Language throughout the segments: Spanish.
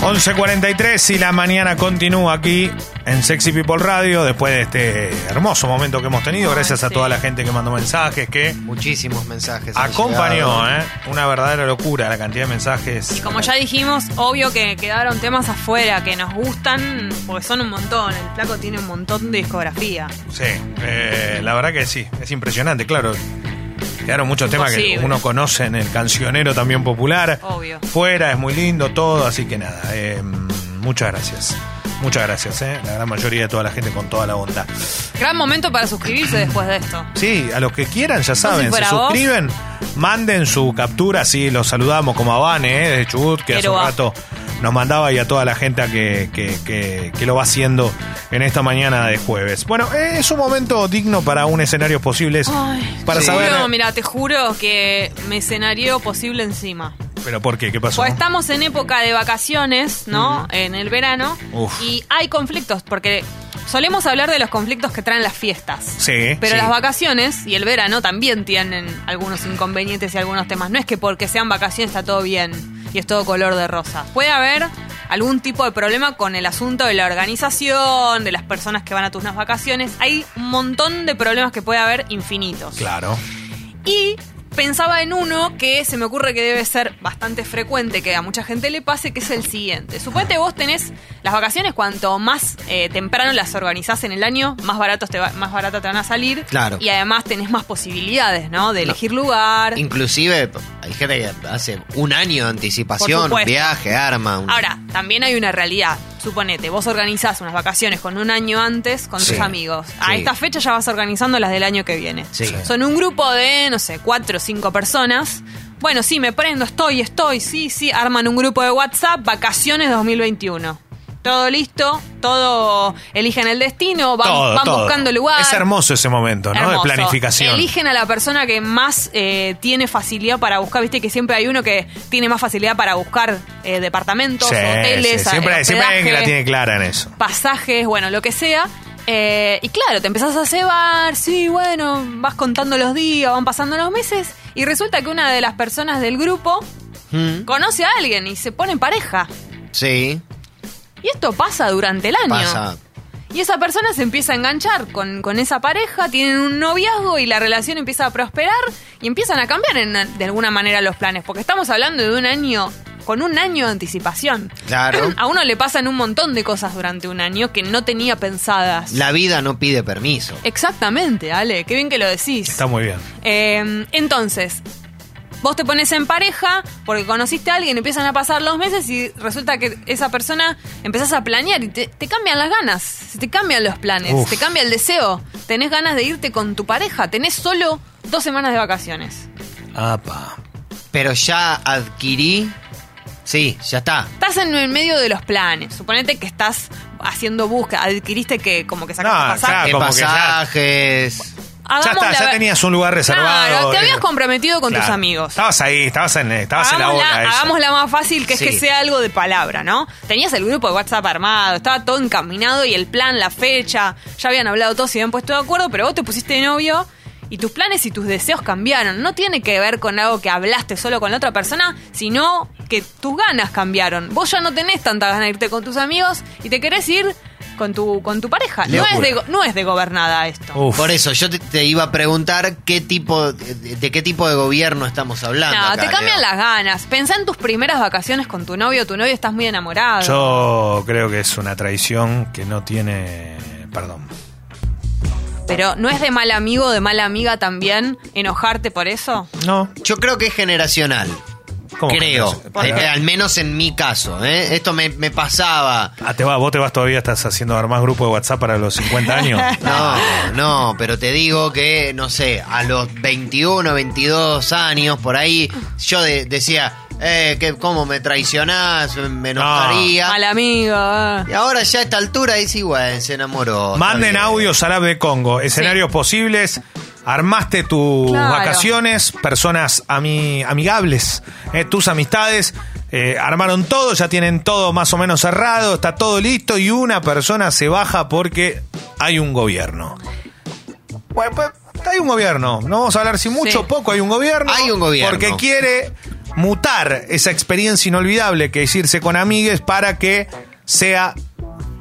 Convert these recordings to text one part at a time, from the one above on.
11.43 y la mañana continúa aquí en Sexy People Radio después de este hermoso momento que hemos tenido. Ay, gracias a sí. toda la gente que mandó mensajes, que Muchísimos mensajes. han acompañó, llegado. ¿eh? Una verdadera locura la cantidad de mensajes. Como ya dijimos, obvio que quedaron temas afuera que nos gustan, porque son un montón. El flaco tiene un montón de discografía. Sí, eh, la verdad que sí, es impresionante, claro. Quedaron muchos temas que Imposible. uno conoce en el cancionero también popular. Obvio. Fuera, es muy lindo todo, así que nada. eh, muchas gracias. Muchas gracias, ¿eh? La gran mayoría de toda la gente con toda la onda. Gran momento para suscribirse después de esto. Sí, a los que quieran, ya si saben, se fuera vos. suscriben, manden su captura, sí, los saludamos como a Vane, eh, de Chubut, que hace Pero un va. rato nos mandaba y a toda la gente que, que- que- que lo va haciendo en esta mañana de jueves. Bueno, eh, es un momento digno para un escenario posible, Ay, para te saber... eh, juro, mira, te juro que me escenario posible encima. ¿Pero por qué? ¿Qué pasó? Pues estamos en época de vacaciones, ¿no? En el verano. Uf. Y hay conflictos, porque solemos hablar de los conflictos que traen las fiestas. Sí, Pero sí. las vacaciones y el verano también tienen algunos inconvenientes y algunos temas. No es que porque sean vacaciones está todo bien y es todo color de rosa. Puede haber algún tipo de problema con el asunto de la organización, de las personas que van a tus unas vacaciones. Hay un montón de problemas que puede haber infinitos. Claro. Y pensaba en uno que se me ocurre que debe ser bastante frecuente, que a mucha gente le pase, que es el siguiente. Suponete vos tenés las vacaciones, cuanto más eh, temprano las organizás en el año, más, baratos te va- más barata te van a salir. Claro. Y además tenés más posibilidades, ¿no? De elegir lugar. Inclusive, hay gente que hace un año Por de anticipación, supuesto. viaje, arma. un- Ahora, también hay una realidad. Suponete, vos organizás unas vacaciones con un año antes con Sí. tus amigos. A Sí. esta fecha ya vas organizando las del año que viene. Sí. Son un grupo de, no sé, cuatro o cinco personas. Bueno, sí, me prendo, estoy, estoy, sí, sí. Arman un grupo de WhatsApp, vacaciones 2021. Todo listo, todo eligen el destino, van, todo, van todo. buscando lugar. Es hermoso ese momento, ¿no? Hermoso. De planificación. Eligen a la persona que más eh, tiene facilidad para buscar. Viste que siempre hay uno que tiene más facilidad para buscar eh, departamentos, Sí, hoteles, sí, Siempre, eh, siempre hay alguien que la hospedaje, tiene clara en eso. pasajes, bueno, lo que sea. Eh, y claro, te empezás a cebar, sí, bueno, vas contando los días, van pasando los meses. Y resulta que una de las personas del grupo Mm, conoce a alguien y se pone en pareja. Sí, Y esto pasa durante el año. pasa. Y esa persona se empieza a enganchar con, con esa pareja, tienen un noviazgo y la relación empieza a prosperar y empiezan a cambiar en- de alguna manera los planes, porque estamos hablando de un año, con un año de anticipación. Claro. A uno le pasan un montón de cosas durante un año que no tenía pensadas. La vida no pide permiso. Eh. Exactamente, Ale, qué bien que lo decís. Está muy bien. Eh, entonces, vos te pones en pareja porque conociste a alguien, empiezan a pasar los meses y resulta que esa persona empezás a planear y te, te cambian las ganas, se te cambian los planes, Uf. te cambia el deseo. Tenés ganas de irte con tu pareja, tenés solo dos semanas de vacaciones. Apa. Pero ya adquirí. Sí, ya está. Estás en el medio de los planes, suponete que estás haciendo búsqueda, adquiriste que como que sacaste No, pasaje. Ah, Eh, como que ya- pasajes. Ya Hagamos está, la ya ver- tenías un lugar reservado. Claro, te habías Eh, comprometido con tus claro. amigos. Estabas ahí, estabas en, estabas en la Hagámosla, ola. esa. hagámosla más fácil, que Sí. es que sea algo de palabra, ¿no? Tenías el grupo de WhatsApp armado, estaba todo encaminado y el plan, la fecha, ya habían hablado todos y se habían puesto de acuerdo, pero vos te pusiste de novio y tus planes y tus deseos cambiaron. No tiene que ver con algo que hablaste solo con la otra persona, sino que tus ganas cambiaron. Vos ya no tenés tanta ganas de irte con tus amigos y te querés ir con tu, con tu pareja. No Locura. es, de, go- no es de gobernada esto. Uf. Por eso yo te, te iba a preguntar qué tipo de, de qué tipo de gobierno estamos hablando. No, acá, te cambian Leo. las ganas. Pensá en tus primeras vacaciones con tu novio, tu novio estás muy enamorado. Yo creo que es una traición que no tiene. Perdón. Pero ¿no es de mal amigo o de mala amiga también enojarte por eso? No. Yo creo que es generacional. ¿Cómo creo. que no se- Eh, al menos en mi caso. ¿eh? Esto me, me pasaba. Ah, te va, vos te vas todavía, estás haciendo armar grupo de WhatsApp para los 50 años. No, no, pero te digo que, no sé, a los 21, 22 años, por ahí, yo de- decía, eh, que, ¿cómo me traicionás? Me enojaría. Mal amigo. eh. Y ahora ya a esta altura dice, igual, se enamoró. está Manden bien". audios al app de Congo, escenarios posibles. Armaste tus Claro. vacaciones, personas ami- amigables, eh, tus amistades, eh, armaron todo, ya tienen todo más o menos cerrado, está todo listo y una persona se baja porque hay un gobierno. Bueno, pues, hay un gobierno, no vamos a hablar si mucho o Sí. poco, hay un gobierno. Hay un gobierno. Porque quiere mutar esa experiencia inolvidable que es irse con amigues para que sea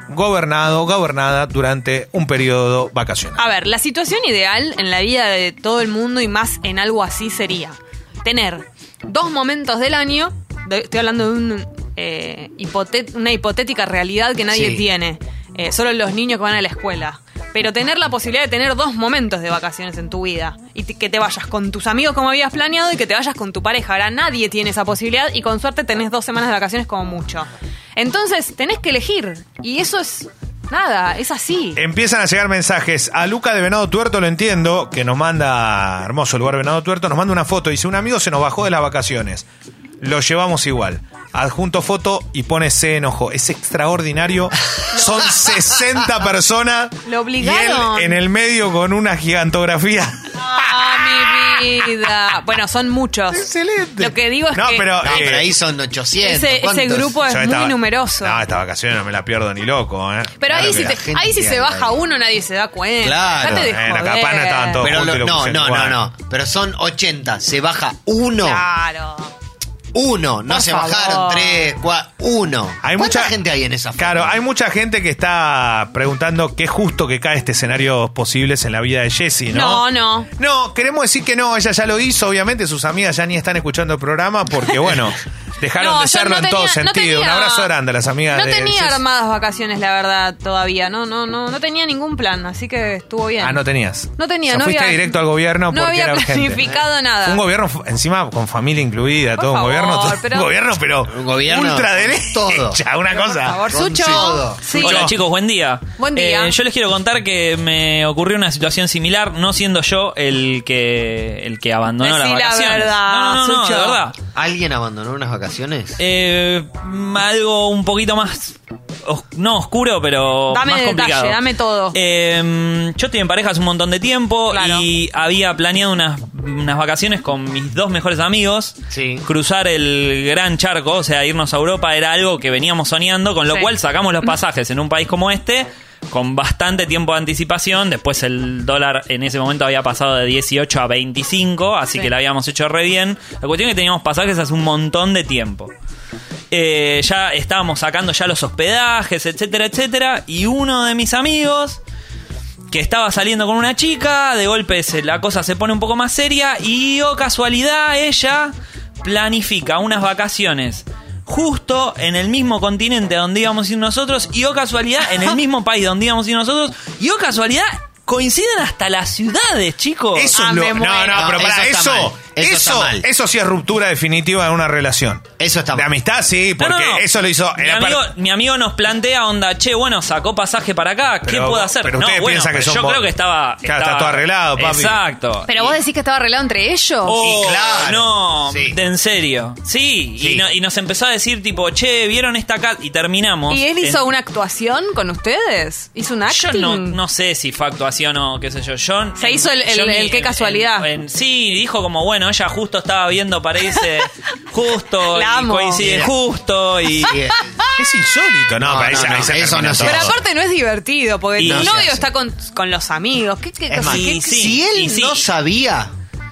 gobernado, gobernada durante un periodo vacacional. A ver, la situación ideal en la vida de todo el mundo y más en algo así sería tener dos momentos del año, de- estoy hablando de un, eh, hipote- una hipotética realidad que nadie Sí. tiene, eh, solo los niños que van a la escuela. Pero tener la posibilidad de tener dos momentos de vacaciones en tu vida y te- que te vayas con tus amigos como habías planeado y que te vayas con tu pareja. Ahora nadie tiene esa posibilidad y con suerte tenés dos semanas de vacaciones como mucho. Entonces tenés que elegir y eso es nada, es así. Empiezan a llegar mensajes. A Luca de Venado Tuerto lo entiendo, que nos manda, hermoso lugar Venado Tuerto, nos manda una foto. Dice, un amigo se nos bajó de las vacaciones. Lo llevamos igual. Adjunto foto y pone se enojó. Es extraordinario. Son 60 personas. Lo obligaron. Y él en el medio con una gigantografía. Ah, mi vida. Bueno, son muchos. Excelente. Lo que digo es No, que pero- No, pero Eh, ahí son 800. ese- ese ¿cuántos? grupo es Yo muy numeroso. No, estas vacaciones no me la pierdo ni loco, ¿eh? pero ahí, Claro si que- te- la gente ahí si se anda baja ahí. uno nadie se da cuenta. Claro. Dejate de Bueno, joder. capaz no estaban todos. Pero Juntos y lo- lo no, pusieron no, no, igual. no. Pero son 80. Se baja uno. Claro. Uno. No Por se favor. bajaron tres, cuatro. Uno. Hay ¿Cuánta mucha- gente hay en esa foto? Claro, hay mucha gente que está preguntando qué justo que cae este escenario posibles en la vida de Jessie, ¿no? No, no. No, queremos decir que no, ella ya lo hizo, obviamente sus amigas ya ni están escuchando el programa porque, bueno, dejaron No, de yo serlo no en todo tenía- no sentido. Un tenía- abrazo grande a las amigas No de tenía Jessy. armadas vacaciones, la verdad, todavía. No, no, no. No tenía ningún plan, así que estuvo bien. Ah, no tenías. No tenía, O sea, no fuiste había- directo al gobierno no porque había era urgente. planificado nada. Un gobierno, f- encima, con familia incluida, Por todo favor, un gobierno, todo- pero- un gobierno, pero Un gobierno, ultraderecha, todo. una Pero, cosa. Por favor, Con Sucho. todo. Sí. Hola chicos, buen día. Buen día. Eh, yo les quiero contar que me ocurrió una situación similar, no siendo yo el que el que abandonó Decí las la vacaciones. verdad, no, no, no, no, Sucho. de verdad. ¿Alguien abandonó unas vacaciones? Eh, mm, algo un poquito más os- no oscuro, pero Dame más detalle, complicado. dame todo. Eh, mm, yo estoy en pareja hace un montón de tiempo Claro. y había planeado unas, unas vacaciones con mis dos mejores amigos. Sí. Cruzar el gran charco, o sea, irnos a Europa era algo que veníamos soñando, con lo Sí. cual sacamos los pasajes en un país como este con bastante tiempo de anticipación. Después el dólar en ese momento había pasado de 18 a 25, así Sí. que la habíamos hecho re bien. La cuestión es que teníamos pasajes hace un montón de tiempo. Eh, ya estábamos sacando ya los hospedajes, etcétera, etcétera. Y uno de mis amigos, que estaba saliendo con una chica, de golpe se- la cosa se pone un poco más seria y, oh casualidad, ella planifica unas vacaciones justo en el mismo continente donde íbamos a ir nosotros y, oh casualidad, en el mismo país donde íbamos a ir nosotros y, oh casualidad, coinciden hasta las ciudades, chicos. Eso Ah, es lo- me No, muero. no, pero No, para eso está eso, mal. Eso está eso, mal. eso sí es ruptura definitiva de una relación. Eso está De mal. amistad, sí, No, porque no, no. eso lo hizo. Mi era amigo, par- mi amigo nos plantea, onda, che, bueno, sacó pasaje para acá, ¿qué Pero- puedo hacer? pero no, ustedes bueno, piensan que pero son yo vos. creo que Claro, estaba. está estaba- todo arreglado, papi. Exacto. Pero vos decís que estaba arreglado entre ellos. Oh, Y claro, no, sí. de en serio. Sí, Sí. Y, no- y nos empezó a decir, tipo, che, ¿vieron esta casa? Y terminamos. ¿Y él en- hizo una actuación con ustedes? ¿Hizo un acting? Yo no, no sé si fue actuación o qué sé yo. Yo- Se hizo el- el- yo ni- el qué casualidad. en- sí, dijo como, bueno, ella justo estaba viendo para irse justo La y amo. coincide Mira. justo y. Sí, eh, Es insólito, Ah. no, No, para no, ella- no, ahí se eso termina no se todo. Pero hace. aparte no es divertido, porque Y- tu No se novio hace. está con, con los amigos. ¿Qué, qué, Es más, qué- y qué- sí, si él y sí. no sabía,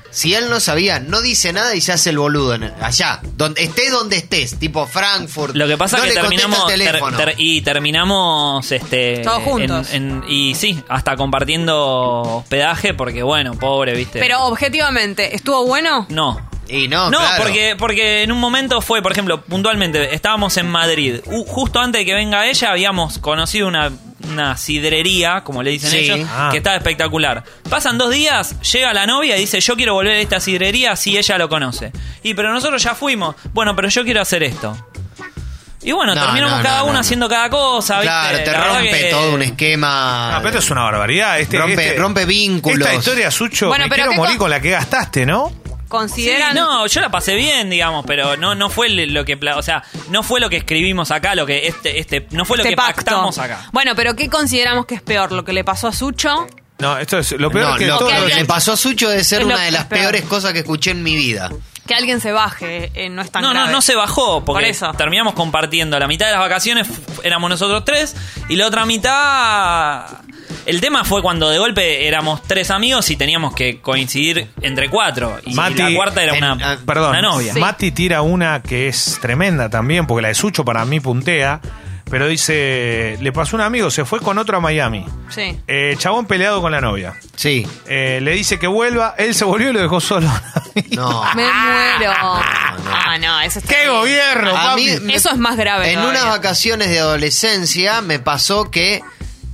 si él no sabía, no dice nada y se hace el boludo en el- allá, donde estés donde estés, tipo Frankfurt. Lo que pasa no que le contesta terminamos el ter- teléfono. ter- y terminamos este Todos juntos. en- en- y sí, hasta compartiendo hospedaje porque bueno, pobre, ¿viste? Pero objetivamente, ¿estuvo bueno? no. y no, no, claro. porque porque en un momento fue, por ejemplo, puntualmente estábamos en Madrid. U- justo antes de que venga ella habíamos conocido una una sidrería, como le dicen Sí. ellos, Ah. que estaba espectacular. Pasan dos días, llega la novia y dice, yo quiero volver a esta sidrería si ella lo conoce. Y pero nosotros ya fuimos. Bueno, pero yo quiero hacer esto. Y bueno, No, terminamos no, cada no, uno no. haciendo cada cosa. ¿viste? Claro, te La verdad rompe que- todo un esquema. No, Ah, pero esto es una barbaridad. Este, Rompe- este- rompe vínculos. Esta historia, Sucho, Bueno, me pero quiero ¿qué morir co- con la que gastaste, ¿no? Sí, ¿Consideran? no, yo la pasé bien, digamos, pero no no fue lo que, pla- o sea, no fue lo que escribimos acá, lo que este este no fue lo este que pacto. pactamos acá. Bueno, pero ¿qué consideramos que es peor? ¿Lo que le pasó a Sucho? No, esto es lo peor No, es que lo, todo que lo lo que alguien- que- le pasó a Sucho debe ser Es lo una de las peor. peores cosas que escuché en mi vida. Que alguien se baje, eh, no es tan no, grave. no, no se bajó, porque Por eso. terminamos compartiendo. La mitad de las vacaciones fu- éramos nosotros tres y la otra mitad El tema fue cuando de golpe éramos tres amigos y teníamos que coincidir entre cuatro. Y Mati, la cuarta en- era una, ah, Perdón, una novia. Sí. Mati tira una que es tremenda también, porque la de Sucho para mí puntea, pero dice, le pasó a un amigo, se fue con otro a Miami. Sí. Eh, chabón peleado con la novia. Sí. Eh, le dice que vuelva, él se volvió y lo dejó solo. No. Me muero. Ah, no, eso está ¡Qué bien. gobierno, A papi! mí- Eso es más grave. En todavía. unas vacaciones de adolescencia me pasó que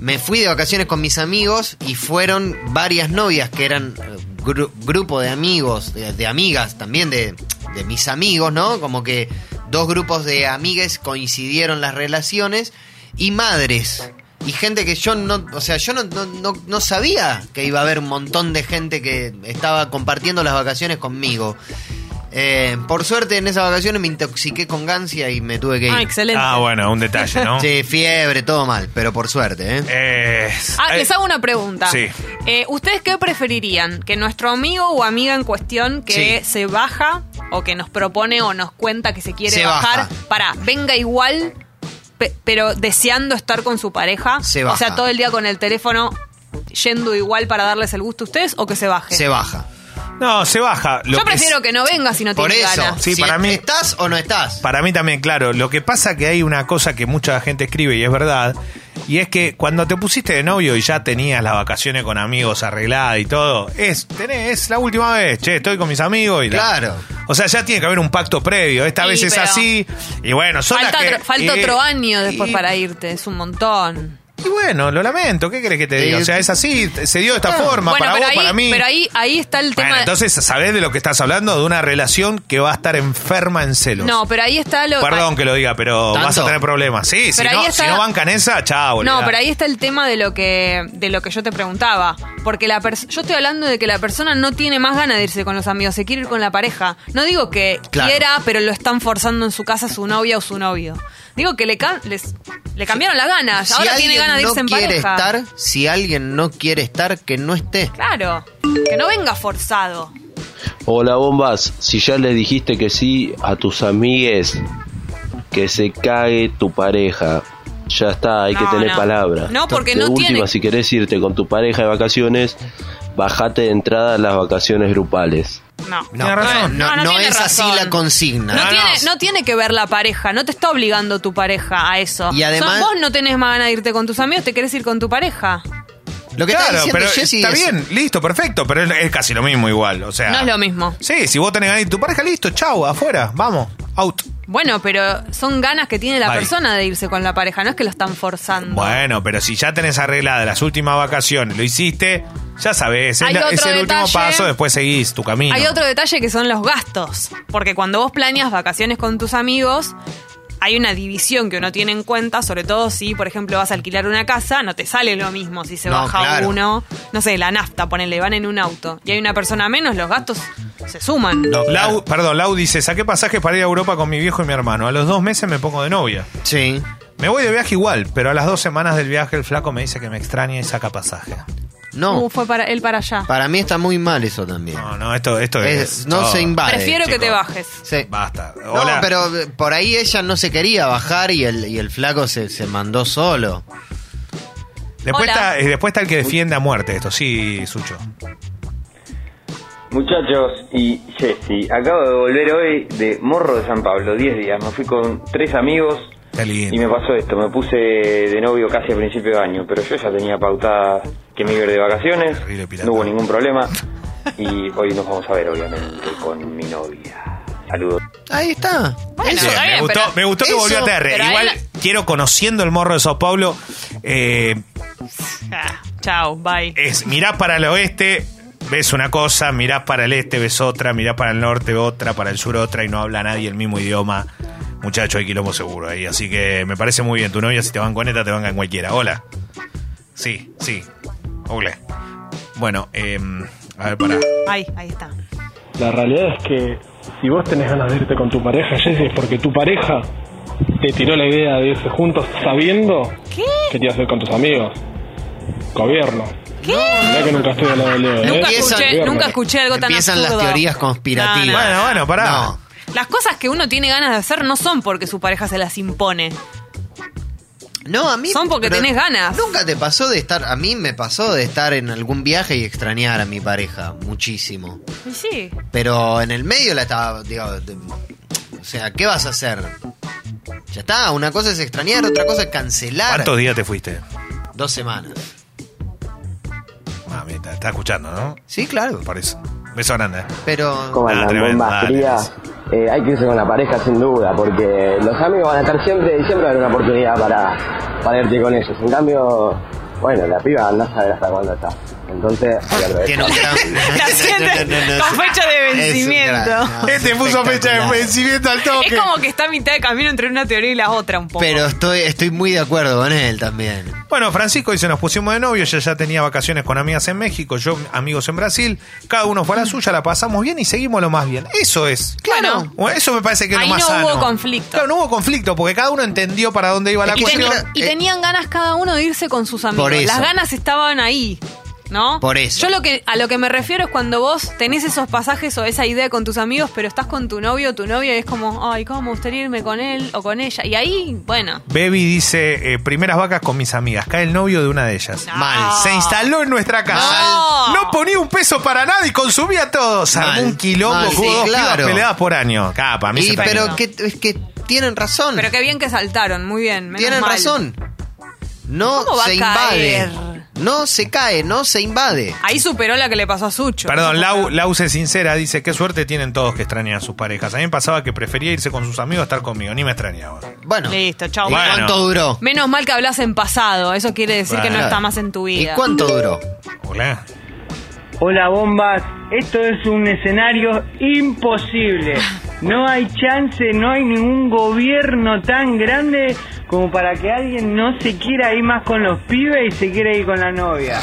me fui de vacaciones con mis amigos y fueron varias novias que eran eh, gru- grupo de amigos, de, de amigas también de, de mis amigos, ¿no? Como que dos grupos de amigues coincidieron las relaciones y madres. Y gente que yo no, o sea, yo no, no- no- no sabía que iba a haber un montón de gente que estaba compartiendo las vacaciones conmigo. Eh, por suerte en esas vacaciones me intoxiqué con gancia y me tuve que ir. Ah, excelente. Ah, bueno, un detalle, ¿no? Sí, fiebre, todo mal, pero por suerte, ¿eh? Eh, Ah, eh, les hago una pregunta. Sí. Eh, ¿Ustedes qué preferirían? ¿Que nuestro amigo o amiga en cuestión que Sí. se baja o que nos propone o nos cuenta que se quiere Se bajar, baja. para, venga igual, pe- pero deseando estar con su pareja? Se O sea, baja. todo el día con el teléfono yendo igual para darles el gusto a ustedes o que se baje. Se baja. No, se baja. Lo Yo que prefiero es- que no venga si no Por tiene eso, ganas. Sí, si para mí- ¿estás o no estás? Para mí también, claro. Lo que pasa que hay una cosa que mucha gente escribe y es verdad, y es que cuando te pusiste de novio y ya tenías las vacaciones con amigos arregladas y todo, es, tenés, es la última vez, che, estoy con mis amigos y la- Claro. Pues O sea, ya tiene que haber un pacto previo. Esta Y, vez es pero- así. Y bueno, son Falta, las que- otro, falta y- otro año después y- para irte, es un montón. Y bueno, lo lamento. ¿Qué crees que te diga? O sea, es así. Se dio de esta forma. para pero vos, ahí, para mí. Pero ahí, ahí está el bueno, tema. entonces, ¿sabés de lo que estás hablando? De una relación que va a estar enferma en celos. no, pero ahí está lo. Perdón que lo diga, pero ¿Tanto? vas a tener problemas. Sí, si Pero no, ahí está- si no bancan esa, chao. No, olvidá. pero ahí está el tema de lo que de lo que yo te preguntaba, porque la pers- yo estoy hablando de que la persona no tiene más ganas de irse con los amigos, se quiere ir con la pareja. No digo que Claro. quiera, pero lo están forzando en su casa su novia o su novio. Digo que le ca- les- le cambiaron las ganas, si ahora alguien tiene ganas de no irse en quiere pareja. estar, si alguien no quiere estar, que no esté. Claro, que no venga forzado. Hola bombas, si ya le dijiste que sí a tus amigues, que se cague tu pareja. Ya está, hay No, que tener no. palabra. No, porque De no última, tiene- si querés irte con tu pareja de vacaciones, bajate de entrada a las vacaciones grupales. No. Tiene razón. No, no tiene es razón. así la consigna. No, No, tiene, no. no tiene que ver la pareja, no te está obligando tu pareja a eso. Y Sos además- vos no tenés más ganas de irte con tus amigos, te querés ir con tu pareja. Lo que está Claro, diciendo pero Jessy está es- bien, listo, perfecto, pero es, es casi lo mismo igual, o sea. No es lo mismo. Sí, si vos tenés ahí tu pareja, listo, chau, afuera, vamos, out. Bueno, pero son ganas que tiene la Bye. persona de irse con la pareja, no es que lo están forzando. Bueno, pero si ya tenés arreglada las últimas vacaciones, lo hiciste, ya sabés, es, Hay la- otro es el último detalle. paso, después seguís tu camino. Hay otro detalle que son los gastos, porque cuando vos planeas vacaciones con tus amigos, hay una división que uno tiene en cuenta, sobre todo si, por ejemplo, vas a alquilar una casa, no te sale lo mismo si se No, baja claro. uno, no sé, la nafta, ponele, van en un auto y hay una persona menos, los gastos se suman. No, Lau- perdón, Lau dice, saqué pasajes para ir a Europa con mi viejo y mi hermano. A los dos meses me pongo de novia. Sí. Me voy de viaje igual, pero a las dos semanas del viaje el flaco me dice que me extraña y saca pasaje. No, Uh, fue para él para allá. para mí está muy mal eso también. No, no, esto, esto es. Es- no todo. se invade. Prefiero que chicos. te bajes. Sí. Basta. No, Hola. pero eh, por ahí ella no se quería bajar y el, y el flaco se, se mandó solo. Después, Hola. Está, eh, después está el que defiende a muerte esto, sí, Sucho. Muchachos y Jesse, acabo de volver hoy de Morro de San Pablo, 10 días. Me fui con tres amigos Está y me lindo. pasó esto. Me puse de novio casi a principio de año, pero yo ya tenía pautada que me iba a ir de vacaciones. Terrible pirata. No hubo ningún problema. Y hoy nos vamos a ver, obviamente, con mi novia. Saludos. Ahí está. Bueno, Bien, Eso- está me, bien, gustó, pero- me gustó que eso- volvió a TR. pero a Igual él- quiero, conociendo el morro de Sao Paulo, eh, Ah, Chao, bye. es mirás para el oeste, ves una cosa, mirás para el este, ves otra, mirás para el norte, otra, para el sur, otra, y no habla nadie el mismo idioma. Muchacho, hay quilombo seguro ahí. Así que me parece muy bien. Tu novia, si te van con esta, te van con cualquiera. Hola. Sí, sí. Hola. Bueno, em, a ver, pará. Ay, ahí está. La realidad es que si vos tenés ganas de irte con tu pareja, Jessy, es porque tu pareja te tiró la idea de irse juntos sabiendo que te ibas a ir con tus amigos. Gobierno. ¿Qué? Mirá que nunca estuve al lado de Leo, ¿eh? Nunca Empiezan- escuché, nunca escuché algo tan Empiezan las absurdo. teorías conspirativas. No, no. Bueno, bueno, pará. No. Las cosas que uno tiene ganas de hacer no son porque su pareja se las impone. No, a mí. Son porque pero tenés ganas. Nunca te pasó de estar. A mí me pasó de estar en algún viaje y extrañar a mi pareja muchísimo. Y sí. Pero en el medio la estaba. Digo, de- o sea, ¿qué vas a hacer? Ya está, una cosa es extrañar, otra cosa es cancelar. ¿Cuántos días te fuiste? Dos semanas. Mami, Ah, está, está escuchando, ¿no? Sí, claro. Por eso. Beso grande. Pero. Coman Ah, las tremendo, bombas dale. frías. Eh, hay que irse con la pareja sin duda, porque los amigos van a estar siempre y siempre va a haber una oportunidad para, para irte con ellos. En cambio, bueno, la piba no sabe hasta cuándo está. Entonces, hay que aprovechar. Tiene un gran- La siente con fecha de Es un vencimiento. gran- no, este es puso fecha de Ah, espectacular. vencimiento al toque. Es como que está a mitad de camino entre una teoría y la otra un poco. Pero estoy, estoy muy de acuerdo con él también. Bueno, Francisco dice, nos pusimos de novio, ella ya tenía vacaciones con amigas en México, yo amigos en Brasil, cada uno fue a la suya, la pasamos bien y seguimos lo más bien. Eso es. Claro. Bueno, Eso me parece que es Ahí lo más no sano. hubo conflicto. Claro, no hubo conflicto, porque cada uno entendió para dónde iba la que cuestión. tenía- Y Eh, tenían ganas cada uno de irse con sus amigos. Por eso. Las ganas estaban ahí. ¿No? Por eso. Yo lo que, a lo que me refiero es cuando vos tenés esos pasajes o esa idea con tus amigos, pero estás con tu novio o tu novia y es como, ay, cómo me gustaría irme con él o con ella. Y ahí, bueno. Baby dice, eh, primeras vacas con mis amigas, cae el novio de una de ellas. Mal. Se instaló en nuestra casa. No. No ponía un peso para nada y consumía todo. Armó Mal. un quilombo, Mal, jugó sí, dos pibas claro. peleadas por año. Capa, a mí Y, se me pero terminó. que, es que tienen razón. Pero qué bien que saltaron, muy bien. menos tienen mal. razón. No ¿Cómo va se a invade. caer? No se cae, no se invade. Ahí superó la que le pasó a Sucho. Perdón, Lau, Lau se sincera, dice, qué suerte tienen todos que extrañan a sus parejas. A mí me pasaba que prefería irse con sus amigos a estar conmigo, ni me extrañaba. Bueno. Listo, chau. ¿Y Bueno. cuánto duró? Menos mal que hablas en pasado. Eso quiere decir que no Bueno. está más en tu ¿Y vida. cuánto duró? Hola. Hola bombas, esto es un escenario imposible. No hay chance, no hay ningún gobierno tan grande como para que alguien no se quiera ir más con los pibes y se quiera ir con la novia.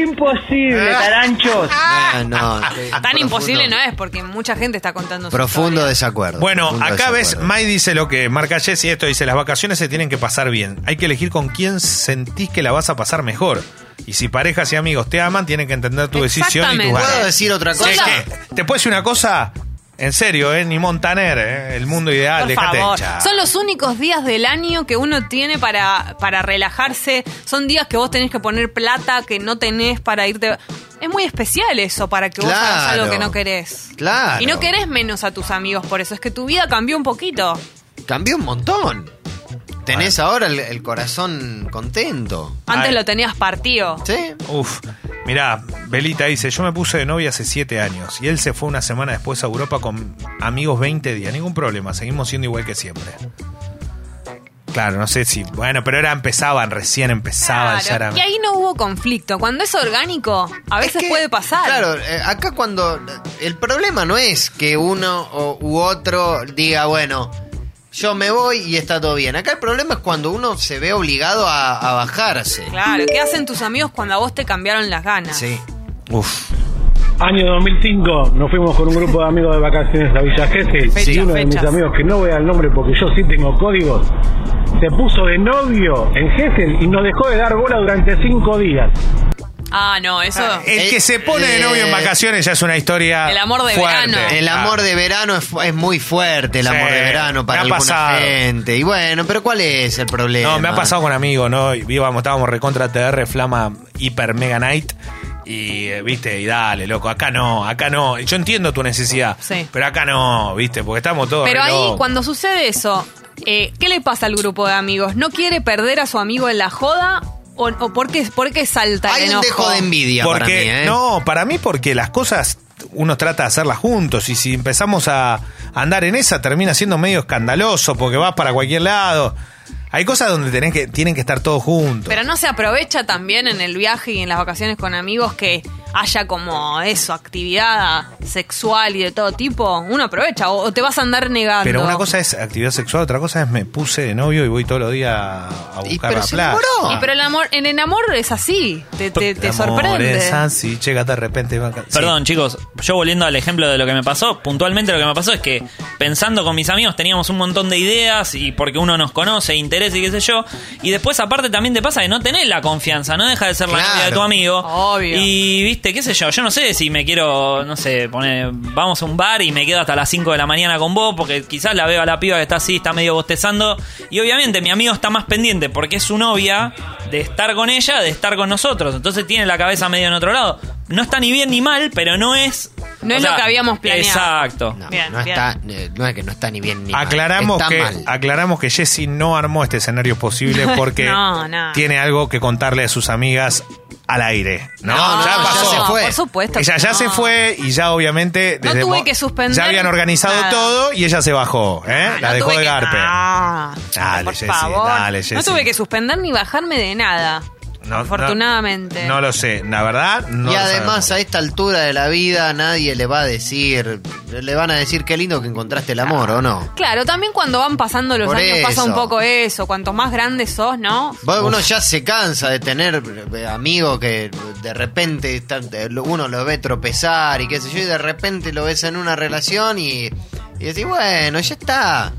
Imposible, taranchos. Ah, no, Tan qué ¿Eh? profundo. imposible no es, porque mucha gente está contando su Profundo historia. desacuerdo. Bueno, profundo acá ves, desacuerdo. Mai dice lo que marca Jessy, esto dice, las vacaciones se tienen que pasar bien. Hay que elegir con quién sentís que la vas a pasar mejor. Y si parejas y amigos te aman, tienen que entender tu decisión y tus Exactamente. ganas. ¿Puedo decir otra Sí, cosa? Hola. es que, te puedo decir una cosa, en serio, ¿eh? ni Montaner, ¿eh? el mundo Ah, ideal, Por déjate favor. hinchar. Son los únicos días del año que uno tiene para, para relajarse. Son días que vos tenés que poner plata que no tenés para irte. Es muy especial eso, para que vos hagas Claro. algo que no querés. Claro. Y no querés menos a tus amigos por eso. Es que tu vida cambió un poquito. Cambió un montón. Tenés ahora el, el corazón contento. Antes Ay. lo tenías partido. ¿Sí? Uf, mirá, Belita dice, yo me puse de novia hace 7 años y él se fue una semana después a Europa con amigos 20 días, ningún problema, seguimos siendo igual que siempre. Claro, no sé si, bueno, pero era empezaban, recién empezaban, ya Claro, era- Y ahí no hubo conflicto. Cuando es orgánico, a veces Es que, puede pasar. Claro, eh, acá cuando. El problema no es que uno o- u otro diga, bueno, yo me voy y está todo bien. Acá el problema es cuando uno se ve obligado a, a bajarse. Claro, ¿qué hacen tus amigos cuando a vos te cambiaron las ganas? Sí. Uf, Año 2005, nos fuimos con un grupo de amigos de vacaciones a Villa Gesell Fechas, y uno de mis fechas. amigos, que no voy al nombre porque yo sí tengo códigos, se puso de novio en Gesell y nos dejó de dar bola durante cinco días. Ah, no, eso. el Eh, que se pone de novio en eh, vacaciones ya es una historia El amor de fuerte. verano. El amor de verano es, fu- es muy fuerte, el Sí, amor de verano para me ha alguna pasado. gente. Y bueno, pero ¿cuál es el problema? No, me ha pasado con amigos, ¿no? Y íbamos, estábamos recontra TR, Flama, Hiper Mega Night. Y, eh, viste, y dale, loco, acá no, acá no. Yo entiendo tu necesidad, Sí. pero acá no, viste, porque estamos todos. Pero re ahí, locos. cuando sucede eso, eh, ¿qué le pasa al grupo de amigos? ¿No quiere perder a su amigo en la joda? ¿O, o por, qué, por qué salta el Hay un enojo? dejo de envidia porque, para mí, ¿eh? No, para mí porque las cosas uno trata de hacerlas juntos y si empezamos a andar en esa termina siendo medio escandaloso porque vas para cualquier lado. Hay cosas donde tenés que, tienen que estar todos juntos. Pero no se aprovecha también en el viaje y en las vacaciones con amigos que haya como eso, actividad sexual y de todo tipo. Uno aprovecha, o, o te vas a andar negando. Pero una cosa es actividad sexual, otra cosa es me puse de novio y voy todos los días a Y buscar pero la se plata. enamoró. Y pero el amor, en el amor es así, te, te- te El amor sorprende. es así, llega de repente. va a ca- Perdón, chicos, yo volviendo al ejemplo de lo que me pasó, puntualmente lo que me pasó es que pensando con mis amigos teníamos un montón de ideas y porque uno nos conoce, interés y qué sé yo, y después aparte también te pasa que no tenés la confianza, no deja de ser la Claro. novia de tu amigo. Obvio. Y viste, viste, qué sé yo. Yo no sé si me quiero, no sé, poner, vamos a un bar y me quedo hasta las 5 de la mañana con vos, porque quizás la veo a la piba que está así, está medio bostezando. Y obviamente mi amigo está más pendiente porque es su novia de estar con ella, de estar con nosotros. Entonces tiene la cabeza medio en otro lado. No está ni bien ni mal, pero no es. No o es lo que habíamos planeado. Exacto. No, Bien, no, bien. está, eh, no es que no está ni bien ni mal, Aclaramos está que, mal. aclaramos que Jesse no armó este escenario posible porque No, no. tiene algo que contarle a sus amigas al aire. No, Ah, No, ya no, pasó. ya se fue. Por supuesto. Ella que ya no. se fue y ya obviamente... No desde tuve mo- que suspender Ya habían organizado nada. todo y ella se bajó. ¿eh? Ah, La no dejó tuve de que- garpe. Ah, Dale, por Jessy, favor. dale, No Jessy. tuve que suspender ni bajarme de nada. No, no- afortunadamente. No, lo sé, la verdad. No y lo además sabemos. a esta altura de la vida nadie le va a decir, le van a decir qué lindo que encontraste el amor, ¿o no? Claro, también cuando van pasando los Por años pasa un eso. poco eso. Cuanto más grande sos, ¿no? Bueno, Uno ya se cansa de tener eh, amigos que de repente están- eh, lo- uno lo ve tropezar y qué sé yo, y de repente lo ves en una relación y, y decís, bueno, ya está.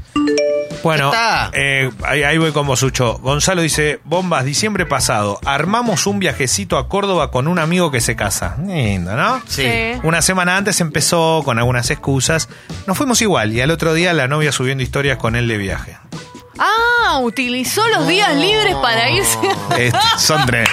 Bueno, Ya está. eh, ahí, ahí voy con Bosucho. Gonzalo dice, bombas, diciembre pasado, armamos un viajecito a Córdoba con un amigo que se casa. Lindo, ¿no? Sí. Una semana antes empezó con algunas excusas. Nos fuimos igual y al otro día la novia subiendo historias con él de viaje. Ah, utilizó los días libres para irse. Este, son tres.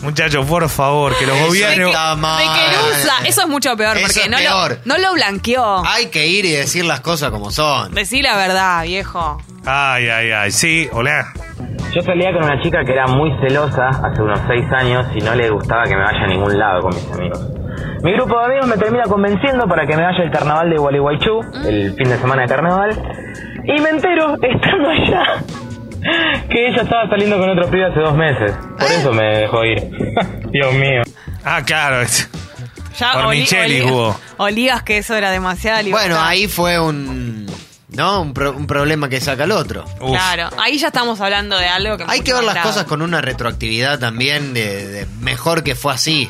Muchachos, por favor, que los Eso gobiernos... está mal. Requerusa. Eso es mucho peor Eso porque es no, peor. Ah. Lo, no lo blanqueó. Hay que ir y decir las cosas como son. Decí la verdad, viejo. Ay, ay, ay. Sí, hola. Yo salía con una chica que era muy celosa hace unos seis años y no le gustaba que me vaya a ningún lado con mis amigos. Mi grupo de amigos me termina convenciendo para que me vaya al carnaval de Gualeguaychú, el fin de semana de carnaval, y me entero, estando allá, que ella estaba saliendo con otro pibe hace dos meses. Por eso me dejó ir. Dios mío. Ah, claro. es- Ya Por Micheli hubo. olías que eso era demasiada libertad. Bueno, ahí fue un, ¿no? un, pro- un problema que saca el otro. Uf. Claro, ahí ya estamos hablando de algo que... me Hay que gusta ver las bastante. cosas con una retroactividad también de, de mejor que fue así.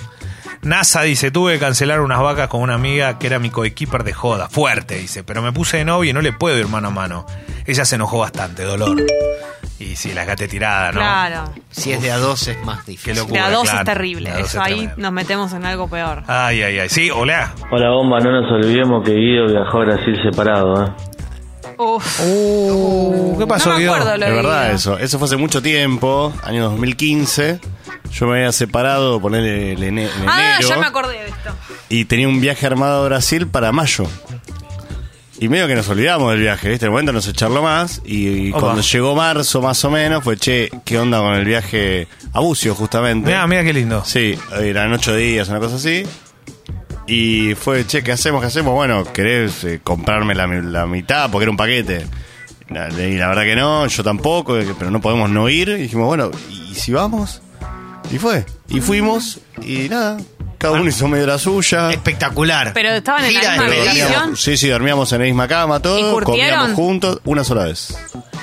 NASA dice, tuve que cancelar unas vacas con una amiga que era mi coequiper de joda. Fuerte, dice, pero me puse de novio y no le puedo ir mano a mano. Ella se enojó bastante, dolor. Y sí, la gate tirada, ¿no? Claro. Si es de a dos es más difícil. Qué locura. La dos es claro. terrible. La dos Eso es ahí tremendo. nos metemos en algo peor. Ay, ay, ay. Sí, hola. Hola bomba, no nos olvidemos que Guido viajó a Brasil separado, ¿eh? Uf. Uh, ¿Qué pasó, no me Guido? acuerdo lo Es de verdad Guido. eso. Eso fue hace mucho tiempo, año 2015. Yo me había separado, ponerle en, ene- en Ah, enero. ya me acordé de esto. Y tenía un viaje armado a Brasil para mayo. Y medio que nos olvidamos del viaje, ¿viste? En el momento no se charló más. Y, Opa. cuando llegó marzo, más o menos, fue che, ¿qué onda con el viaje a Bucio, justamente? Mira, mira qué lindo. Sí, eran ocho días, una cosa así. Y fue, che, ¿qué hacemos? ¿Qué hacemos? Bueno, ¿querés eh, comprarme la, mi- la mitad? Porque era un paquete. La- le- Y la, verdad que no, yo tampoco, eh, pero no podemos no ir. Y dijimos, bueno, ¿y si vamos? Y fue. Y fuimos, y nada, cada Ah. uno hizo medio la suya. Eh, Espectacular. Pero estaban en la Gira misma de Pero medida. habitación. dormíamos- Sí, sí, dormíamos en la misma cama, ¿Y todo, curtieron? comíamos juntos una sola vez.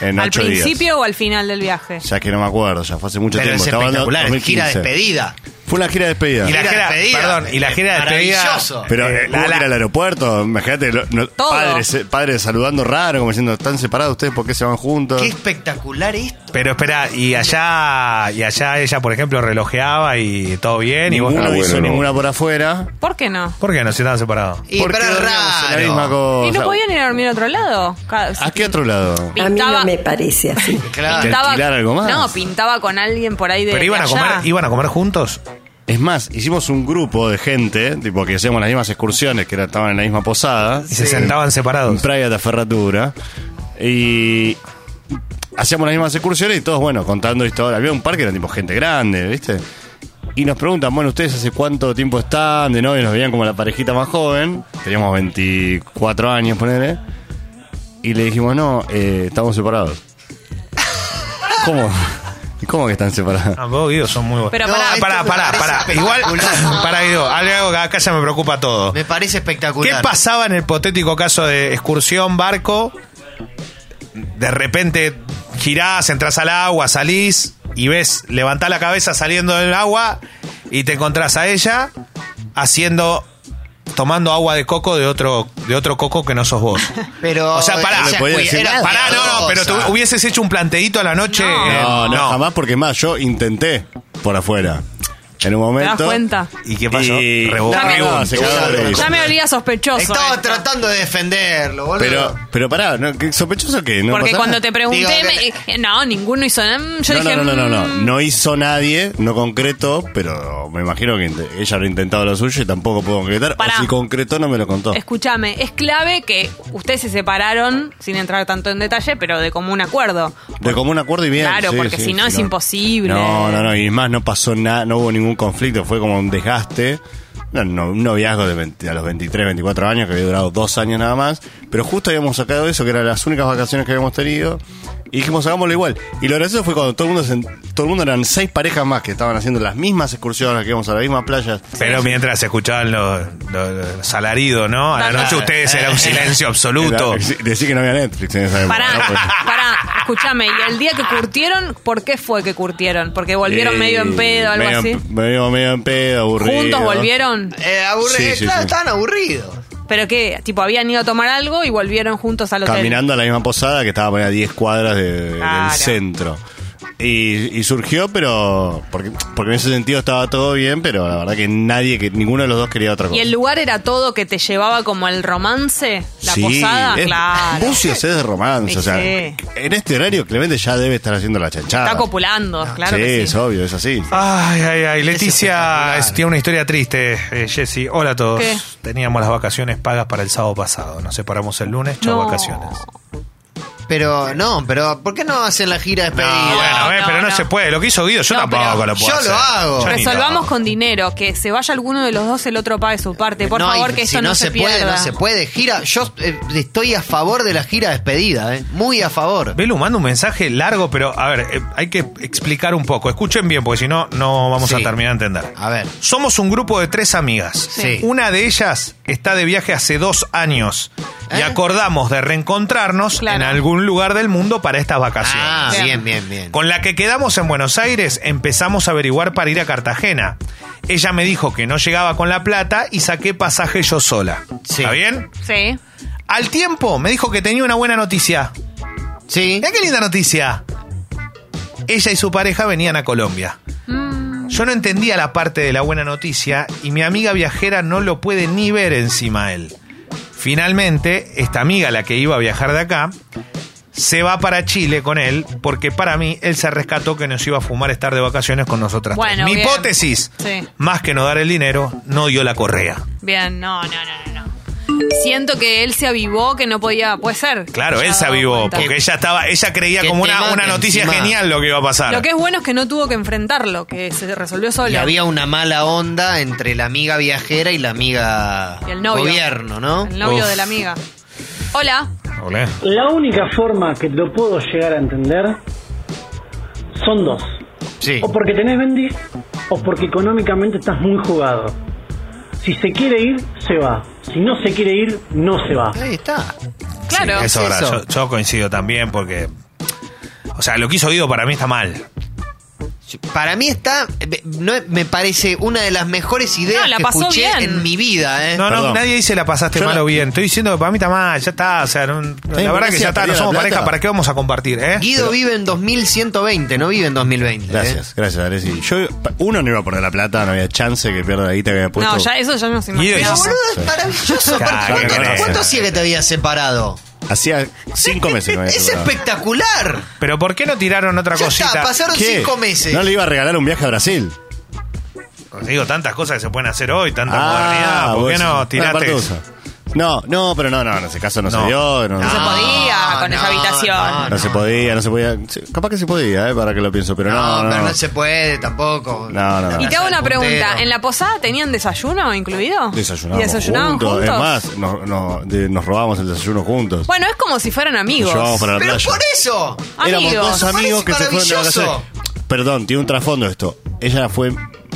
En ¿Al ocho principio días. o al final del viaje? Ya que no me acuerdo, ya fue hace mucho Pero tiempo. es estaba hablando espectacular. es Gira 2015. despedida. Fue una gira de despedida. Y la Gira gira, despedida. perdón, y la gira de despedida. Maravilloso. Pero eh, eh, hubo que ir al aeropuerto, imagínate, lo- no- Todo. padres, eh, padres saludando raro, como diciendo, ¿están separados ustedes? ¿Por qué se van juntos? Qué espectacular esto. Pero espera, y allá, y allá ella, por ejemplo, relojeaba y todo bien, y vos Ninguno no. hizo bueno, no. ninguna por afuera. ¿Por qué no? ¿Por qué no se estaban separados? Y porque pero es dormíamos en raro. la misma cosa. ¿Y no podían ir a dormir a otro lado? Cada- ¿A qué otro lado? Pintaba, parece así. Claro. Te- alquilar algo más. No, pintaba con alguien por ahí de Pero iban a de comer, allá. iban a comer juntos. Es más, hicimos un grupo de gente, tipo que hacíamos las mismas excursiones, que era- estaban en la misma posada. Y se sentaban En separados. Praia da Ferratura. Y hacíamos las mismas excursiones y todos, bueno, contando historias. Había un parque, era tipo gente grande, ¿viste? Y nos preguntan, bueno, ¿ustedes hace cuánto tiempo están de novio? Nos veían como la parejita más joven. Teníamos 24 años, ponele. Y le dijimos, no, eh, estamos separados. ¿Cómo? ¿Y ¿Cómo que están separados? Ah, vos, Guido, son muy buenos. Pero No, pará, esto Pará, me pará, parece pará. Igual, espectacular. pará, Guido, algo que acá ya me preocupa todo. Me parece espectacular. ¿Qué pasaba en el hipotético caso de excursión, barco? De repente girás, entras al agua, salís y ves, levantás la cabeza saliendo del agua y te encontrás a ella haciendo, tomando agua de coco de otro, de otro coco que no sos vos. Pero O sea, pará. ella No le podía cuida- decir era nada. Pará, no, no, cuidadosa. pero tú hubieses hecho un planteíto a la noche. No. eh, No, no, jamás, porque es más, yo intenté por afuera. en un ¿Te momento. das cuenta? ¿Y qué pasó? Revocó. Ya me- No, se quedó- Ya me olía sospechoso. Estaba esto. tratando de defenderlo, boludo. Pero, pero pará, ¿no? ¿Qué ¿sospechoso que ¿No Porque pasó cuando nada? te pregunté, me- eh, no, ninguno hizo nada. Mm, Yo no, dije, no, no, no, no, mm, no hizo nadie, no concretó, pero me imagino que int- ella habrá intentado lo suyo y tampoco pudo concretar. Pará. O si concretó, no me lo contó. Escúchame, es clave que ustedes se separaron, sin entrar tanto en detalle, pero de común acuerdo. De común acuerdo y bien. claro, sí, porque sí, si no sí, es imposible. No, no, no, y más no pasó nada, no hubo ningún conflicto, fue como un desgaste. No, no, un noviazgo de 20 a los 23, 24 años, que había durado dos años nada más. Pero justo habíamos sacado eso, que eran las únicas vacaciones que habíamos tenido. Y dijimos, hagámoslo igual. Y lo gracioso fue cuando todo el mundo, se- todo el mundo eran seis parejas más que estaban haciendo las mismas excursiones, que íbamos a las mismas playas. Pero mientras escuchaban los, los- los alaridos, ¿no? A la noche ustedes era un silencio absoluto. Decir que no había Netflix en esa época. Pará, ¿no? Porque- pará, escúchame, y el día que curtieron, ¿por qué fue que curtieron? ¿Porque volvieron Eh, medio en pedo algo medio, así? en- Medio, medio en pedo, aburrido. ¿Juntos volvieron? Eh, aburre- Sí, sí, claro, sí. estaban aburridos. ¿Pero qué? ¿Tipo habían ido a tomar algo y volvieron juntos al hotel? caminando a la misma posada que estaba ponele, a 10 cuadras de- Claro. del centro. Y, y surgió, pero. Porque, porque en ese sentido estaba todo bien, pero la verdad que nadie, que ninguno de los dos quería otra cosa. ¿Y el lugar era todo que te llevaba como el romance? ¿La Sí, posada? es- claro. Bucios es de romance. Sí, o sea, sí. en este horario Clemente ya debe estar haciendo la chanchada. Está copulando, claro sí, que sí. es obvio, es así. Ay, ay, ay. Leticia es- tiene una historia triste, eh, Jessy. Hola a todos. ¿Qué? Teníamos las vacaciones pagas para el sábado pasado. Nos separamos el lunes, chau No. vacaciones. Pero no, pero ¿por qué no hacen la gira de despedida? Ah, bueno, eh, pero no, se puede. Lo que hizo Guido, yo tampoco lo puedo yo hacer. lo hago. Yo ni Resolvamos con dinero, que se vaya alguno de los dos, el otro pague su parte. Por No, favor, y que si eso no, no se puede, pierda. no se puede. Gira, yo eh, estoy a favor de la gira de despedida, eh. Muy a favor. Belu manda un mensaje largo, pero a ver, eh, hay que explicar un poco. Escuchen bien, porque si no, no vamos a Sí. terminar de entender. A ver. Somos un grupo de tres amigas. Sí. Una de ellas está de viaje hace dos años ¿Eh? y acordamos de reencontrarnos en algún lugar del mundo para estas vacaciones. Ah, bien, bien, bien. Con la que quedamos en Buenos Aires, empezamos a averiguar para ir a Cartagena. Ella me dijo que no llegaba con la plata y saqué pasaje yo sola. ¿Está bien? Sí. Al tiempo me dijo que tenía una buena noticia. Sí. Mirá qué linda noticia. Ella y su pareja venían a Colombia. Mm. Yo no entendía la parte de la buena noticia y mi amiga viajera no lo puede ni ver encima él. Finalmente, esta amiga, la que iba a viajar de acá, se va para Chile con él porque para mí él se rescató que nos iba a fumar estar de vacaciones con nosotras. tres. Bueno, mi bien. hipótesis, Sí. más que no dar el dinero, no dio la correa. Bien, no, no, no, no. no. Siento que él se avivó, que no podía. Puede ser. Claro, Ya él se dado avivó cuenta. porque ella estaba, ella creía Que como te una, maten una noticia encima. genial lo que iba a pasar. Lo que es bueno es que no tuvo que enfrentarlo, que se resolvió solo. Y había una mala onda entre la amiga viajera y la amiga Y el novio. gobierno, ¿no? El novio de la amiga. Hola. La única forma que lo puedo llegar a entender son dos. Sí. O porque tenés Bendy o porque económicamente estás muy jugado. Si se quiere ir, se va. Si no se quiere ir, no se va. Ahí está. Claro. Eso, es verdad. Eso. Yo, yo coincido también porque. O sea, lo que hizo Guido para mí está mal. Para mí está, eh, no, me parece una de las mejores ideas No, la que pasó escuché bien. en mi vida, ¿eh? No, no, nadie dice la pasaste Yo mal la- o bien. Estoy diciendo que para mí está mal, ya está. O sea, no- la verdad que gracias, ya está, perdí no la somos plata. pareja, ¿para qué vamos a compartir? eh? Guido Pero- vive en 2120, no vive en 2020. ¿eh? Gracias, gracias, Alessi. Yo, pa- uno no iba a poner la plata, no había chance que pierda la guita que había puesto. No, ya, eso ya no se Guido imaginaba. hizo- Boludo, es maravilloso. Claro, ¿Cuánto, claro. cuánto hacía que te habías separado? Hacía cinco meses que me había Es separado. espectacular. Pero ¿por qué no tiraron otra Ya está, cosita? pasaron ¿Qué? cinco meses. No le iba a regalar un viaje a Brasil. Digo, tantas cosas que se pueden hacer hoy, tanta modernidad. ¿Por qué Ah, vos- no una tiraste? partusa. No, no, pero no, no, en ese caso no, se dio. No, No se podía con esa habitación. No se podía, no se podía. Sí, Capaz que se podía, eh, para que lo pienso, pero no. No, No, pero no, no se puede tampoco. no. no, no. Y te hago una Puntero. pregunta. ¿En la posada tenían desayuno incluido? Desayunamos. ¿Y desayunaban juntos. juntos? Es más, nos, nos- de- nos robábamos el desayuno juntos. Bueno, es como si fueran amigos. Nos llevábamos para la playa. eso. Éramos dos amigos que se fueron de vacaciones. Perdón, tiene un trasfondo esto. Ella fue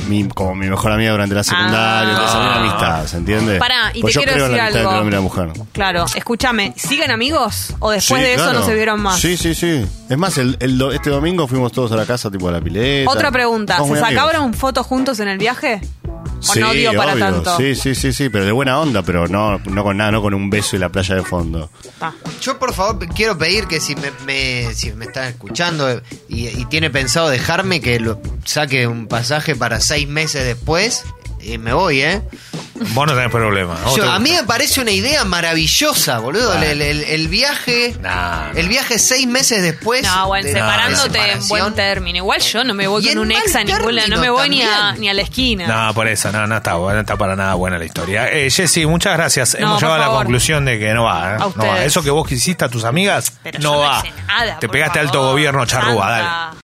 mi, como mi mejor amiga durante la secundaria, entonces había una amistad, ¿se entiende? Ah. Pará, y Pues te yo quiero creo en la decir amistad algo. entre el hombre y la mujer. Claro, escúchame, ¿siguen amigos? ¿O después Sí, de eso claro. no se vieron más? Sí, sí, sí. Es más, el, el do- este domingo fuimos todos a la casa, tipo a la pileta. Otra pregunta, Somos ¿se muy amigos. sacaron fotos juntos en el viaje? O no dio para obvio. tanto. Sí, sí, sí, sí, pero de buena onda, pero no, no con nada, no con un beso y la playa de fondo. Ah. Yo por favor quiero pedir que si me, me- si me está escuchando eh, y, y tiene pensado dejarme que lo, saque un pasaje para seis meses después y me voy, ¿eh? Vos no tenés problema. ¿no? Yo- Te- a mí me parece una idea maravillosa, boludo. El, el- el viaje, el viaje seis meses después. No, bueno, de- separándote de en separación. buen término. Igual yo no me voy Y en con un ex mal a ninguna, no término me voy ni a, también. ni a la esquina. No, por eso, no, no está, bu- no está para nada buena la historia. Eh, Jessy, muchas gracias. No, Hemos por llegado a la favor. conclusión de que no va, ¿eh? No A va. ustedes. Eso que vos quisiste a tus amigas, Pero yo no no va. hice nada, Te por pegaste favor. alto gobierno, charrúa, dale. Ah.